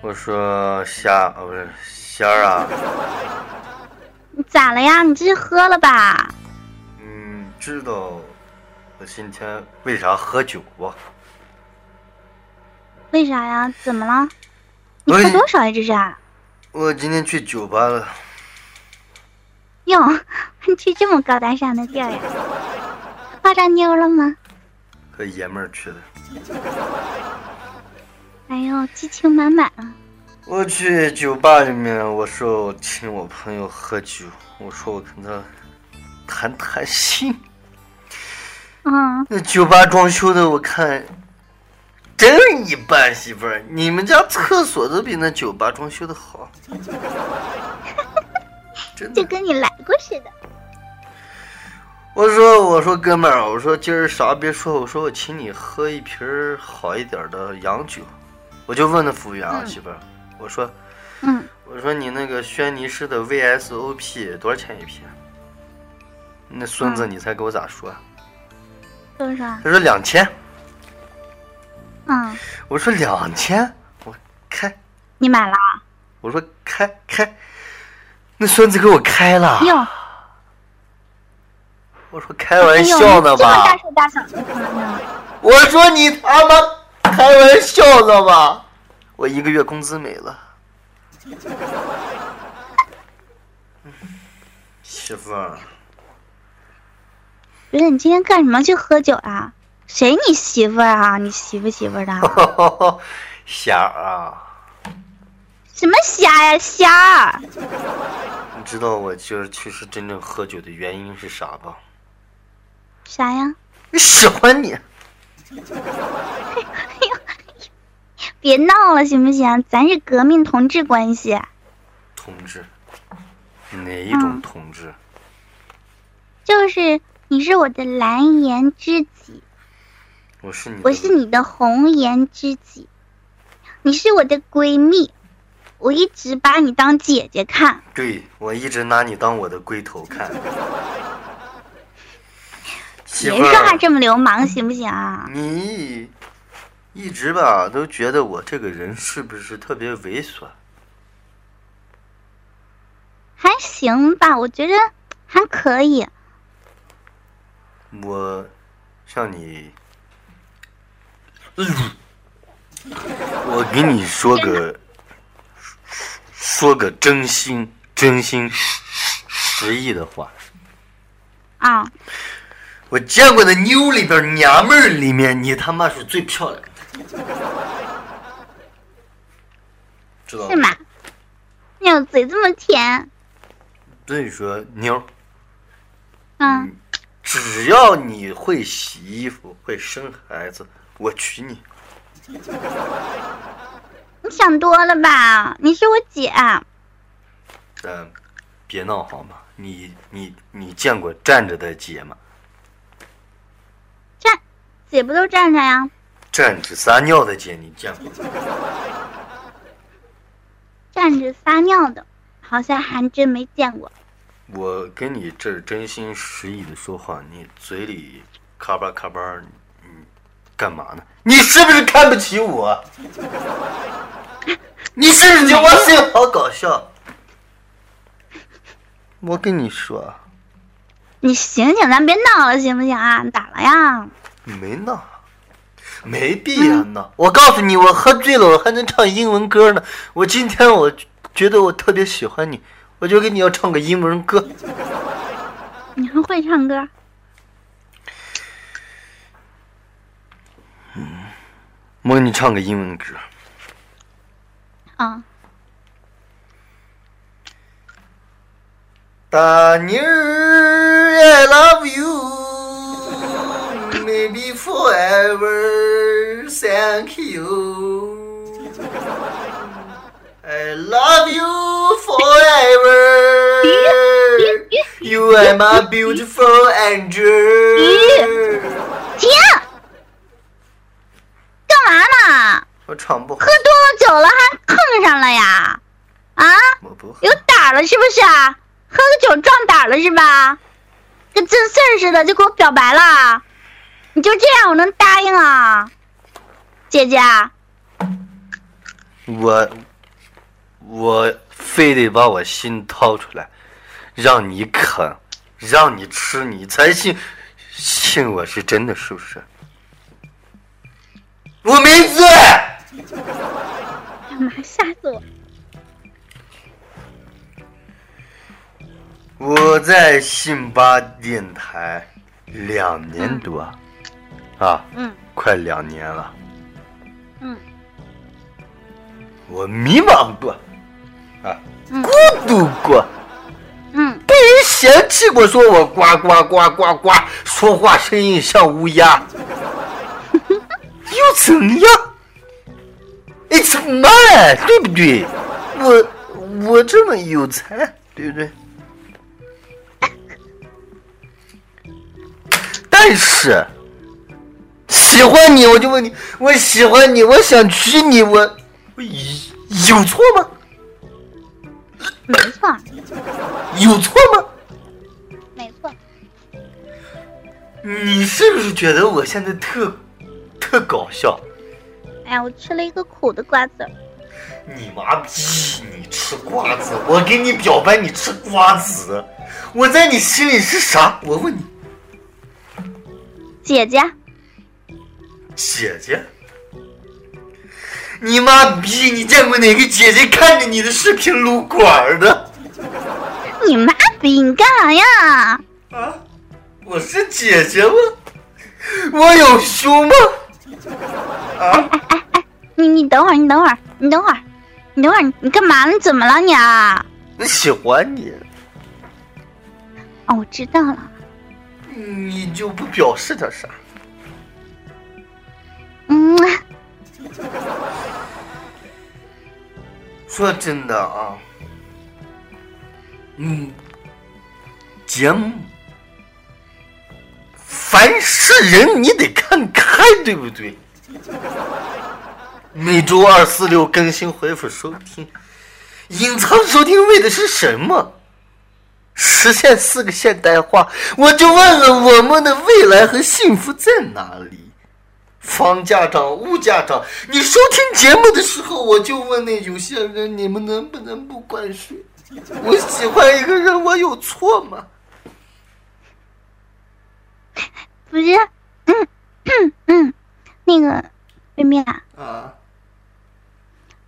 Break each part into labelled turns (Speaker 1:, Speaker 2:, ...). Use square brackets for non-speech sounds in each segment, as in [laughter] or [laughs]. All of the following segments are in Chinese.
Speaker 1: 我说虾啊，不是仙儿啊，
Speaker 2: 你咋了呀？你这是喝了吧？
Speaker 1: 嗯，知道我今天为啥喝酒啊？
Speaker 2: 为啥呀？怎么
Speaker 1: 哎
Speaker 2: 了？你
Speaker 1: 我
Speaker 2: 喝多少呀？这是？啊
Speaker 1: 我今天去酒吧了，
Speaker 2: 哟， [laughs] 你去这么高大上的地儿呀？泡着妞了吗？
Speaker 1: 和爷们儿去的。
Speaker 2: 哎呦，激情满满啊！
Speaker 1: 我去酒吧里面，我说我请我朋友喝酒，我说我跟他谈谈心。
Speaker 2: 嗯，
Speaker 1: 那酒吧装修的，我看真一般，媳妇儿，你们家厕所都比那酒吧装修的好，
Speaker 2: [laughs]
Speaker 1: 真
Speaker 2: 就
Speaker 1: 的。
Speaker 2: 跟你来过似的。
Speaker 1: 我说我说哥们儿，我说今儿啥别说，我说我请你喝一瓶儿好一点儿的洋酒，我就问那服务员啊，
Speaker 2: 嗯
Speaker 1: 媳妇儿，我说
Speaker 2: 嗯，
Speaker 1: 我说你那个轩尼诗的 VSOP 多少钱一瓶？那孙子，你猜给我咋说啊？
Speaker 2: 多少？
Speaker 1: 他说两千。
Speaker 2: 嗯，
Speaker 1: 我说两千，我开，
Speaker 2: 你买了啊？
Speaker 1: 我说开开，那孙子给我开了。
Speaker 2: 哟，
Speaker 1: 我说开
Speaker 2: 哎
Speaker 1: 玩
Speaker 2: 呦，
Speaker 1: 笑呢吧？
Speaker 2: 你这么大手大脚的呢？
Speaker 1: 我说你他妈开玩笑呢吧？我一个月工资没了。媳妇 [laughs] 儿，
Speaker 2: 不是你今天干什么去喝酒啊？谁你媳妇儿啊？你媳妇媳
Speaker 1: [laughs]
Speaker 2: 妇儿的啊？
Speaker 1: 霞儿啊，
Speaker 2: 什么虾呀虾儿？
Speaker 1: 你知道我今儿其实真正喝酒的原因是啥吧？
Speaker 2: 啥呀？
Speaker 1: 喜欢你，
Speaker 2: 别闹了行不行？咱是革命同志关系，
Speaker 1: 同志，哪一种
Speaker 2: 嗯
Speaker 1: 同志？
Speaker 2: 就是你是我的蓝颜知己，
Speaker 1: 我是你的，
Speaker 2: 我是你的红颜知己，你是我的闺蜜，我一直把你当姐姐看。
Speaker 1: 对我一直拿你当我的龟头看。媳
Speaker 2: 别
Speaker 1: 妇
Speaker 2: 说话
Speaker 1: 儿，
Speaker 2: 这么流氓行不行啊？
Speaker 1: 你一直吧都觉得我这个人是不是特别猥琐？
Speaker 2: 还行吧，我觉得还可以。
Speaker 1: 我向你，呃我给你说个说个真心真心实意的话，
Speaker 2: 啊、
Speaker 1: 我见过的妞里边娘们儿里面，你他妈是最漂亮的，知道
Speaker 2: 是吗？哎呦，嘴这么甜，
Speaker 1: 所以说妞儿，
Speaker 2: 嗯，
Speaker 1: 只要你会洗衣服、会生孩子，我娶你。
Speaker 2: 你想多了吧？你是我姐，啊
Speaker 1: 嗯，别闹好吗？你你你见过站着的姐吗？
Speaker 2: 站，姐不都站着呀？
Speaker 1: 站着撒尿的姐你见过吗？
Speaker 2: 站着撒尿的，好像还真没见过。
Speaker 1: 我跟你这儿真心实意的说话，你嘴里咔吧咔吧，你干嘛呢？你是不是看不起我？ [laughs] 你是不是觉得我声音好搞笑？我跟你说啊，
Speaker 2: 你醒醒，咱别闹了，行不行啊？你咋了呀？
Speaker 1: 没闹，没必要闹。我告诉你，我喝醉了，我还能唱英文歌呢。我今天我觉得我特别喜欢你，我就给你要唱个英文歌。
Speaker 2: 你还会唱歌？
Speaker 1: 我给你唱个英文歌。
Speaker 2: 啊、
Speaker 1: Daniel, I love you, maybe forever. Thank you. I love you forever. You are my beautiful angel.
Speaker 2: 停！干嘛呢？
Speaker 1: 我唱不好
Speaker 2: 喝，多了酒了还碰上了呀？啊，
Speaker 1: 我不好，
Speaker 2: 有胆儿了是不是啊？喝个酒壮胆儿了是吧？跟真事儿似的就给我表白了，你就这样我啊能答应啊？姐姐，
Speaker 1: 我我非得把我心掏出来，让你啃，让你吃，你才信信我是真的，是不是？我没醉，
Speaker 2: 干嘛哎吓死我？
Speaker 1: 我在信巴电台两年多，啊，
Speaker 2: 嗯
Speaker 1: 快两年了，
Speaker 2: 嗯
Speaker 1: 我迷茫过，啊，
Speaker 2: 嗯
Speaker 1: 孤独过。
Speaker 2: 嗯，
Speaker 1: 被人嫌弃过，说我呱呱呱呱呱，说话声音像乌鸦， [laughs] 又怎样？It's mine，对不对？我我这么有才，对不对？但是喜欢你，我就问你，我喜欢你，我想娶你，我我有错吗？
Speaker 2: 没错
Speaker 1: 有错吗？
Speaker 2: 没错，
Speaker 1: 你是不是觉得我现在特特搞笑？
Speaker 2: 哎呀，我吃了一个苦的瓜子儿，
Speaker 1: 你妈逼！你吃瓜子，我跟你表白，你吃瓜子，我在你心里是啥？我问你，
Speaker 2: 姐姐，
Speaker 1: 姐姐，你妈逼！你见过哪个姐姐看着你的视频撸管儿的？
Speaker 2: 你妈逼，你干啥呀？
Speaker 1: 啊，我是姐姐吗？我有胸吗？啊，
Speaker 2: 哎你你等会儿，你等会儿，你等会儿，你等会儿，你你干嘛呢？你怎么了你啊？
Speaker 1: 我喜欢你，
Speaker 2: 哦，我知道了，
Speaker 1: 你就不表示点啥？
Speaker 2: 嗯，
Speaker 1: 说真的啊，嗯，节目，凡是人你得看开，对不对？ [laughs] 每周二、四、六更新回复收听，隐藏收听为的是什么？实现四个现代化，我就问了，我们的未来和幸福在哪里？房价涨，物价涨。你收听节目的时候，我就问那有些人，你们能不能不关税？我喜欢一个人，我有错吗？
Speaker 2: 不是，嗯嗯嗯，那个妹妹啊，
Speaker 1: 啊，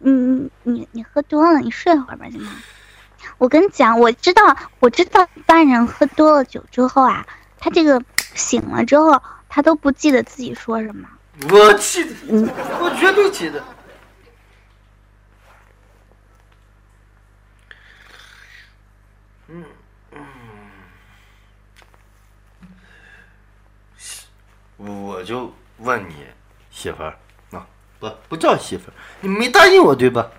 Speaker 2: 你你你喝多了，你睡会儿吧，行吗？我跟你讲，我知道，我知道，一般人喝多了酒之后啊，他这个醒了之后，他都不记得自己说什么。
Speaker 1: 我记得，
Speaker 2: 嗯
Speaker 1: 我绝对记得。嗯嗯，我就问你，媳妇儿，啊，不不叫媳妇儿，你没答应我对吧？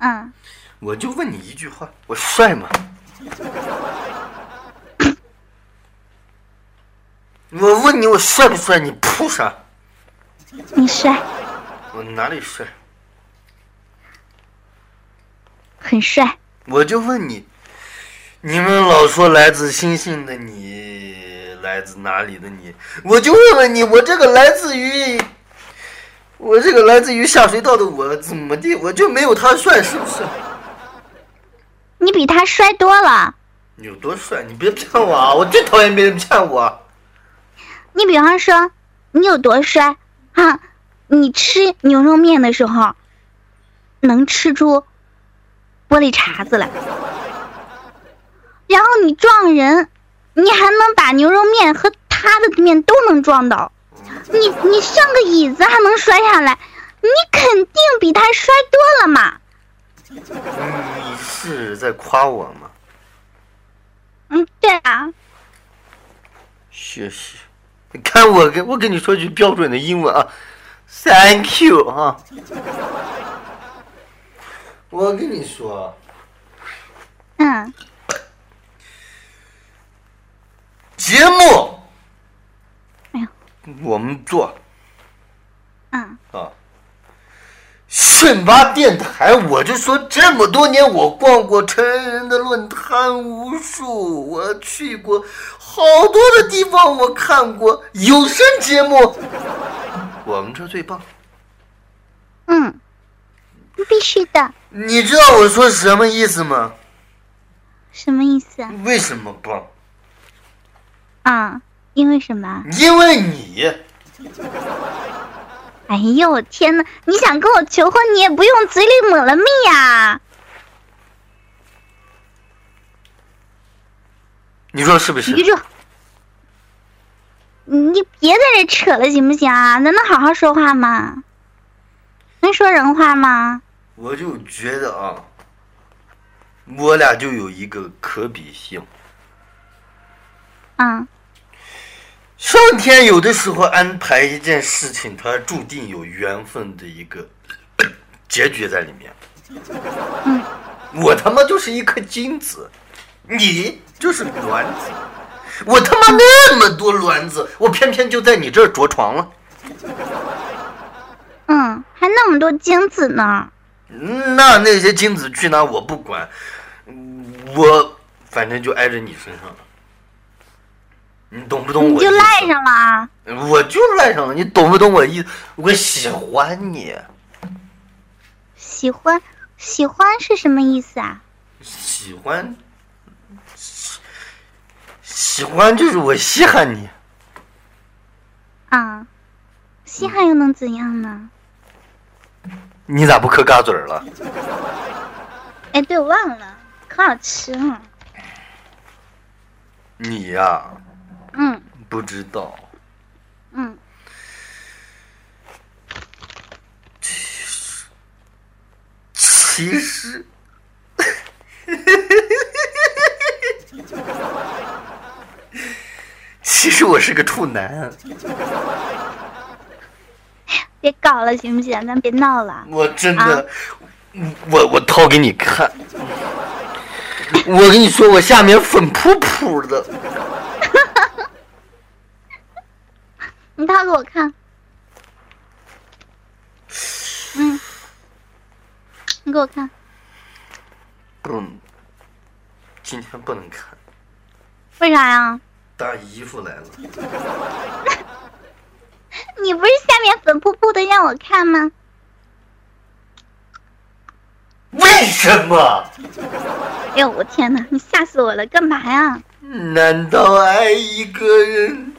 Speaker 2: 嗯，
Speaker 1: 我就问你一句话，我帅吗？我问你，我帅不帅？你扑啥？
Speaker 2: 你帅，
Speaker 1: 我哪里帅？
Speaker 2: 很帅，
Speaker 1: 我就问你，你们老说来自星星的你，来自哪里的你？我就问问你，我这个来自于，我这个来自于下水道的我怎么地？我就没有他帅，是不是？
Speaker 2: 你比他帅多了。
Speaker 1: 你有多帅？你别骗我啊！我最讨厌别人骗我。啊
Speaker 2: 你比方说，你有多帅啊？你吃牛肉面的时候，能吃出玻璃碴子来，然后你撞人，你还能把牛肉面和他的面都能撞倒，你你上个椅子还能摔下来，你肯定比他摔多了嘛。
Speaker 1: 你是在夸我吗？
Speaker 2: 嗯，对啊，
Speaker 1: 谢谢。你看我跟我跟你说句标准的英文啊，Thank you 啊。我跟你说，
Speaker 2: 嗯，
Speaker 1: 节目
Speaker 2: 哎呦，
Speaker 1: 我们做
Speaker 2: 嗯，
Speaker 1: 啊，信巴电台，我就说这么多年，我逛过成人的论坛无数，我去过好多的地方，我看过有声节目，我们这最棒。
Speaker 2: 嗯，必须的。
Speaker 1: 你知道我说什么意思吗？
Speaker 2: 什么意思啊？
Speaker 1: 为什么不？
Speaker 2: 啊，因为什么？
Speaker 1: 因为你，
Speaker 2: 哎呦我天哪！你想跟我求婚，你也不用嘴里抹了蜜啊呀、
Speaker 1: 你说是不是
Speaker 2: 举？住！你别在这扯了行不行啊？能能好好说话吗？能说人话吗？
Speaker 1: 我就觉得啊，我俩就有一个可比性。
Speaker 2: 啊，
Speaker 1: 上天有的时候安排一件事情，它注定有缘分的一个结局在里面。我他妈就是一颗精子，你就是卵子。我他妈那么多卵子，我偏偏就在你这儿着床了。
Speaker 2: 嗯，还那么多精子呢。
Speaker 1: 那那些精子去哪我不管，我反正就挨着你身上了。你懂不懂
Speaker 2: 你
Speaker 1: 我？
Speaker 2: 就赖，上了啊，
Speaker 1: 我就赖上了。你懂不懂我意思？我喜欢你，
Speaker 2: 喜欢喜欢是什么意思啊？
Speaker 1: 喜欢，喜喜欢就是我稀罕你。
Speaker 2: 啊，稀罕又能怎样呢？
Speaker 1: 你咋不嗑嘎嘴儿了？
Speaker 2: 哎，对，我忘了，可好吃了。
Speaker 1: 你呀、
Speaker 2: 嗯
Speaker 1: 不知道，
Speaker 2: 嗯，
Speaker 1: 其实 [laughs] 其实我是个处男。
Speaker 2: 别搞了行不行？咱别闹了。
Speaker 1: 我真的，我我掏给你看。我跟你说，我下面粉扑扑的，
Speaker 2: 你掏给我看。嗯，你给我看。
Speaker 1: 嗯，今天不能看，
Speaker 2: 为啥呀？
Speaker 1: 大姨夫来了，
Speaker 2: 你不是下面粉扑扑的让我看吗？
Speaker 1: 为什么？
Speaker 2: 哎呦，我天哪！你吓死我了，干嘛呀？
Speaker 1: 难道爱一个人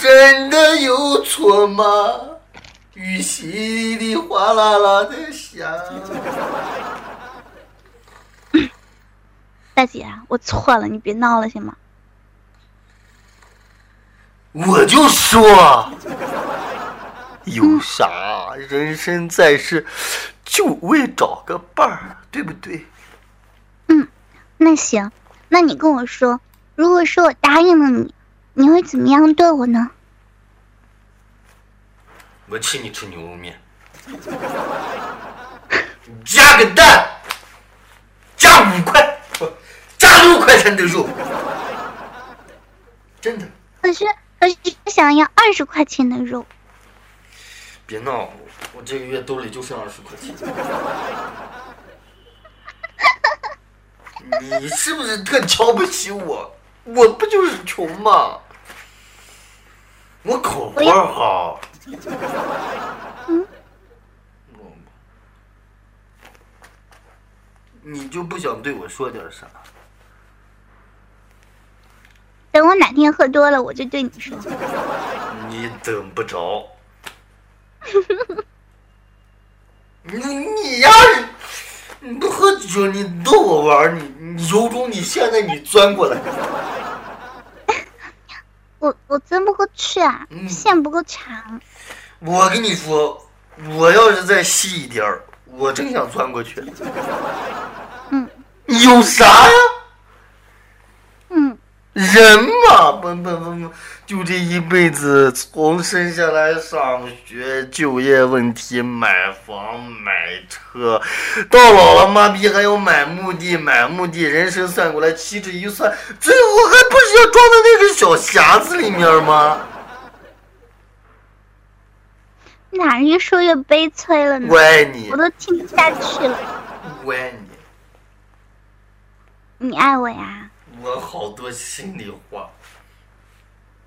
Speaker 1: 真的有错吗？雨淅沥哗啦啦的下，
Speaker 2: 大姐，啊我错了，你别闹了行吗？
Speaker 1: 我就说，有啥？人生在世，就为找个伴儿，对不对？
Speaker 2: 那行，那你跟我说，如果说我答应了你，你会怎么样对我呢？
Speaker 1: 我请你吃牛肉面，加个蛋，加五块，不加六块钱的肉，真的，
Speaker 2: 可是，可是我想要二十块钱的肉，
Speaker 1: 别闹，我这个月兜里就剩二十块钱。你是不是特瞧不起我？我不就是穷吗？我口活好。嗯。你就不想对我说点啥？
Speaker 2: 等我哪天喝多了，我就对你说。
Speaker 1: 嗯你等不着。 [laughs] 你你要是你不喝酒，你逗我玩儿，你你有种你现在你钻过来，
Speaker 2: 我我钻不过去啊
Speaker 1: 嗯，
Speaker 2: 线不够长。
Speaker 1: 我跟你说，我要是再细一点儿，我真想钻过去。
Speaker 2: 嗯，
Speaker 1: 你有啥呀？
Speaker 2: 嗯，
Speaker 1: 人嘛，本本本本，就这一辈子，从生下来上学、就业问题、买房、买车，到老了妈逼还要买墓地、买墓地，人生算过来屈指一算，最后还不是要装到那个小匣子里面吗？
Speaker 2: 哪越说越悲催了呢
Speaker 1: 我？爱你
Speaker 2: 嗯我，都听不下去了。
Speaker 1: 我爱你，
Speaker 2: 你爱我呀？
Speaker 1: 我好多心里话，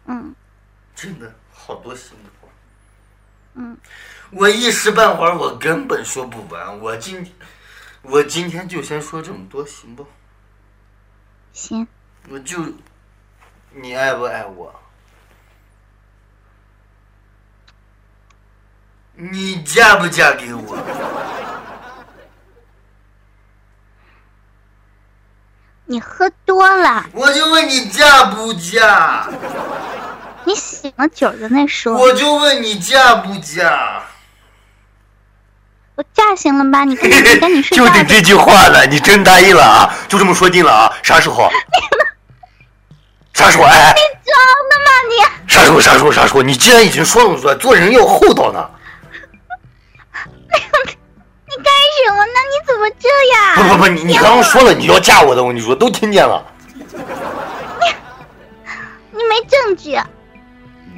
Speaker 2: 嗯
Speaker 1: 真的好多心里话。
Speaker 2: 嗯，
Speaker 3: 我一时半会儿我根本说不完。我今我今天就先说这么多，行不？
Speaker 2: 行，
Speaker 3: 我就你爱不爱我？你嫁不嫁给我？
Speaker 2: 你喝多了，
Speaker 3: 我就问你嫁不嫁？
Speaker 2: 你醒了酒的再说。
Speaker 3: 我就问你嫁不嫁？
Speaker 2: 我嫁行了吧？你赶紧赶紧睡觉
Speaker 1: 就你
Speaker 2: 吧。
Speaker 1: 这句话了，你真答应了啊？就这么说定了啊？啥时候？啥时候？哎，
Speaker 2: 装的吗
Speaker 1: 啥时候？啥时候？啥时候？你既然已经说了说，做人要厚道呢。
Speaker 2: [laughs] 你？你干什么呢？你怎么这
Speaker 1: 不不
Speaker 2: 样？
Speaker 1: 不，你你刚刚说了你要嫁我的，我跟你说都听见了。
Speaker 2: 你没证据，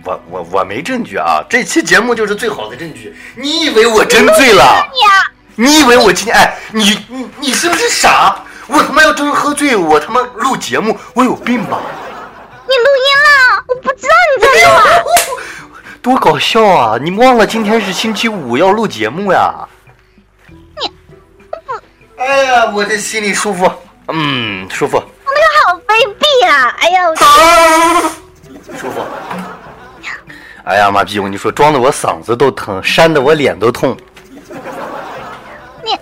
Speaker 1: 我我我没证据啊！这期节目就是最好的证据。你以为我真醉了？
Speaker 2: 你啊，
Speaker 1: 你以为我今天哎，你你你是不是傻？我他妈要真喝醉，我他妈录节目，我有病吧？
Speaker 2: 你录音了，我不知道你在录啊。
Speaker 1: 多搞笑啊！你忘了今天是星期五要录节目呀？
Speaker 3: 哎呀，我这心里舒服。
Speaker 1: 嗯，舒服，
Speaker 2: 我那个好卑鄙啊！哎呀，我
Speaker 1: 舒服。 [laughs] 哎呀妈逼！我跟你说，装的我嗓子都疼，扇的我脸都痛。
Speaker 2: 你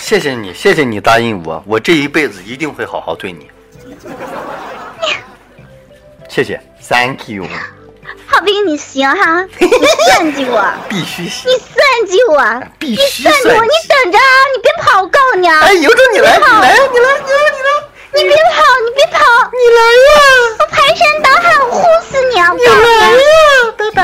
Speaker 1: 谢谢你，谢谢你答应我，我这一辈子一定会好好对你。谢谢，Thank you，
Speaker 2: 好比你行哈，你算计
Speaker 1: [laughs]
Speaker 2: 我，
Speaker 1: 必须谢
Speaker 2: 你，算计我，
Speaker 1: 必
Speaker 2: 你
Speaker 1: 须
Speaker 2: 算计我，
Speaker 1: 算
Speaker 2: 你
Speaker 1: 计。
Speaker 2: 等着啊！你别跑，我告诉你啊！
Speaker 1: 哎，由着你来，你来，你来，你来，你来，
Speaker 2: 你别跑，你别跑！你来呀！我排山倒海，我轰死你啊！我告诉你啊
Speaker 1: 来呀！拜拜。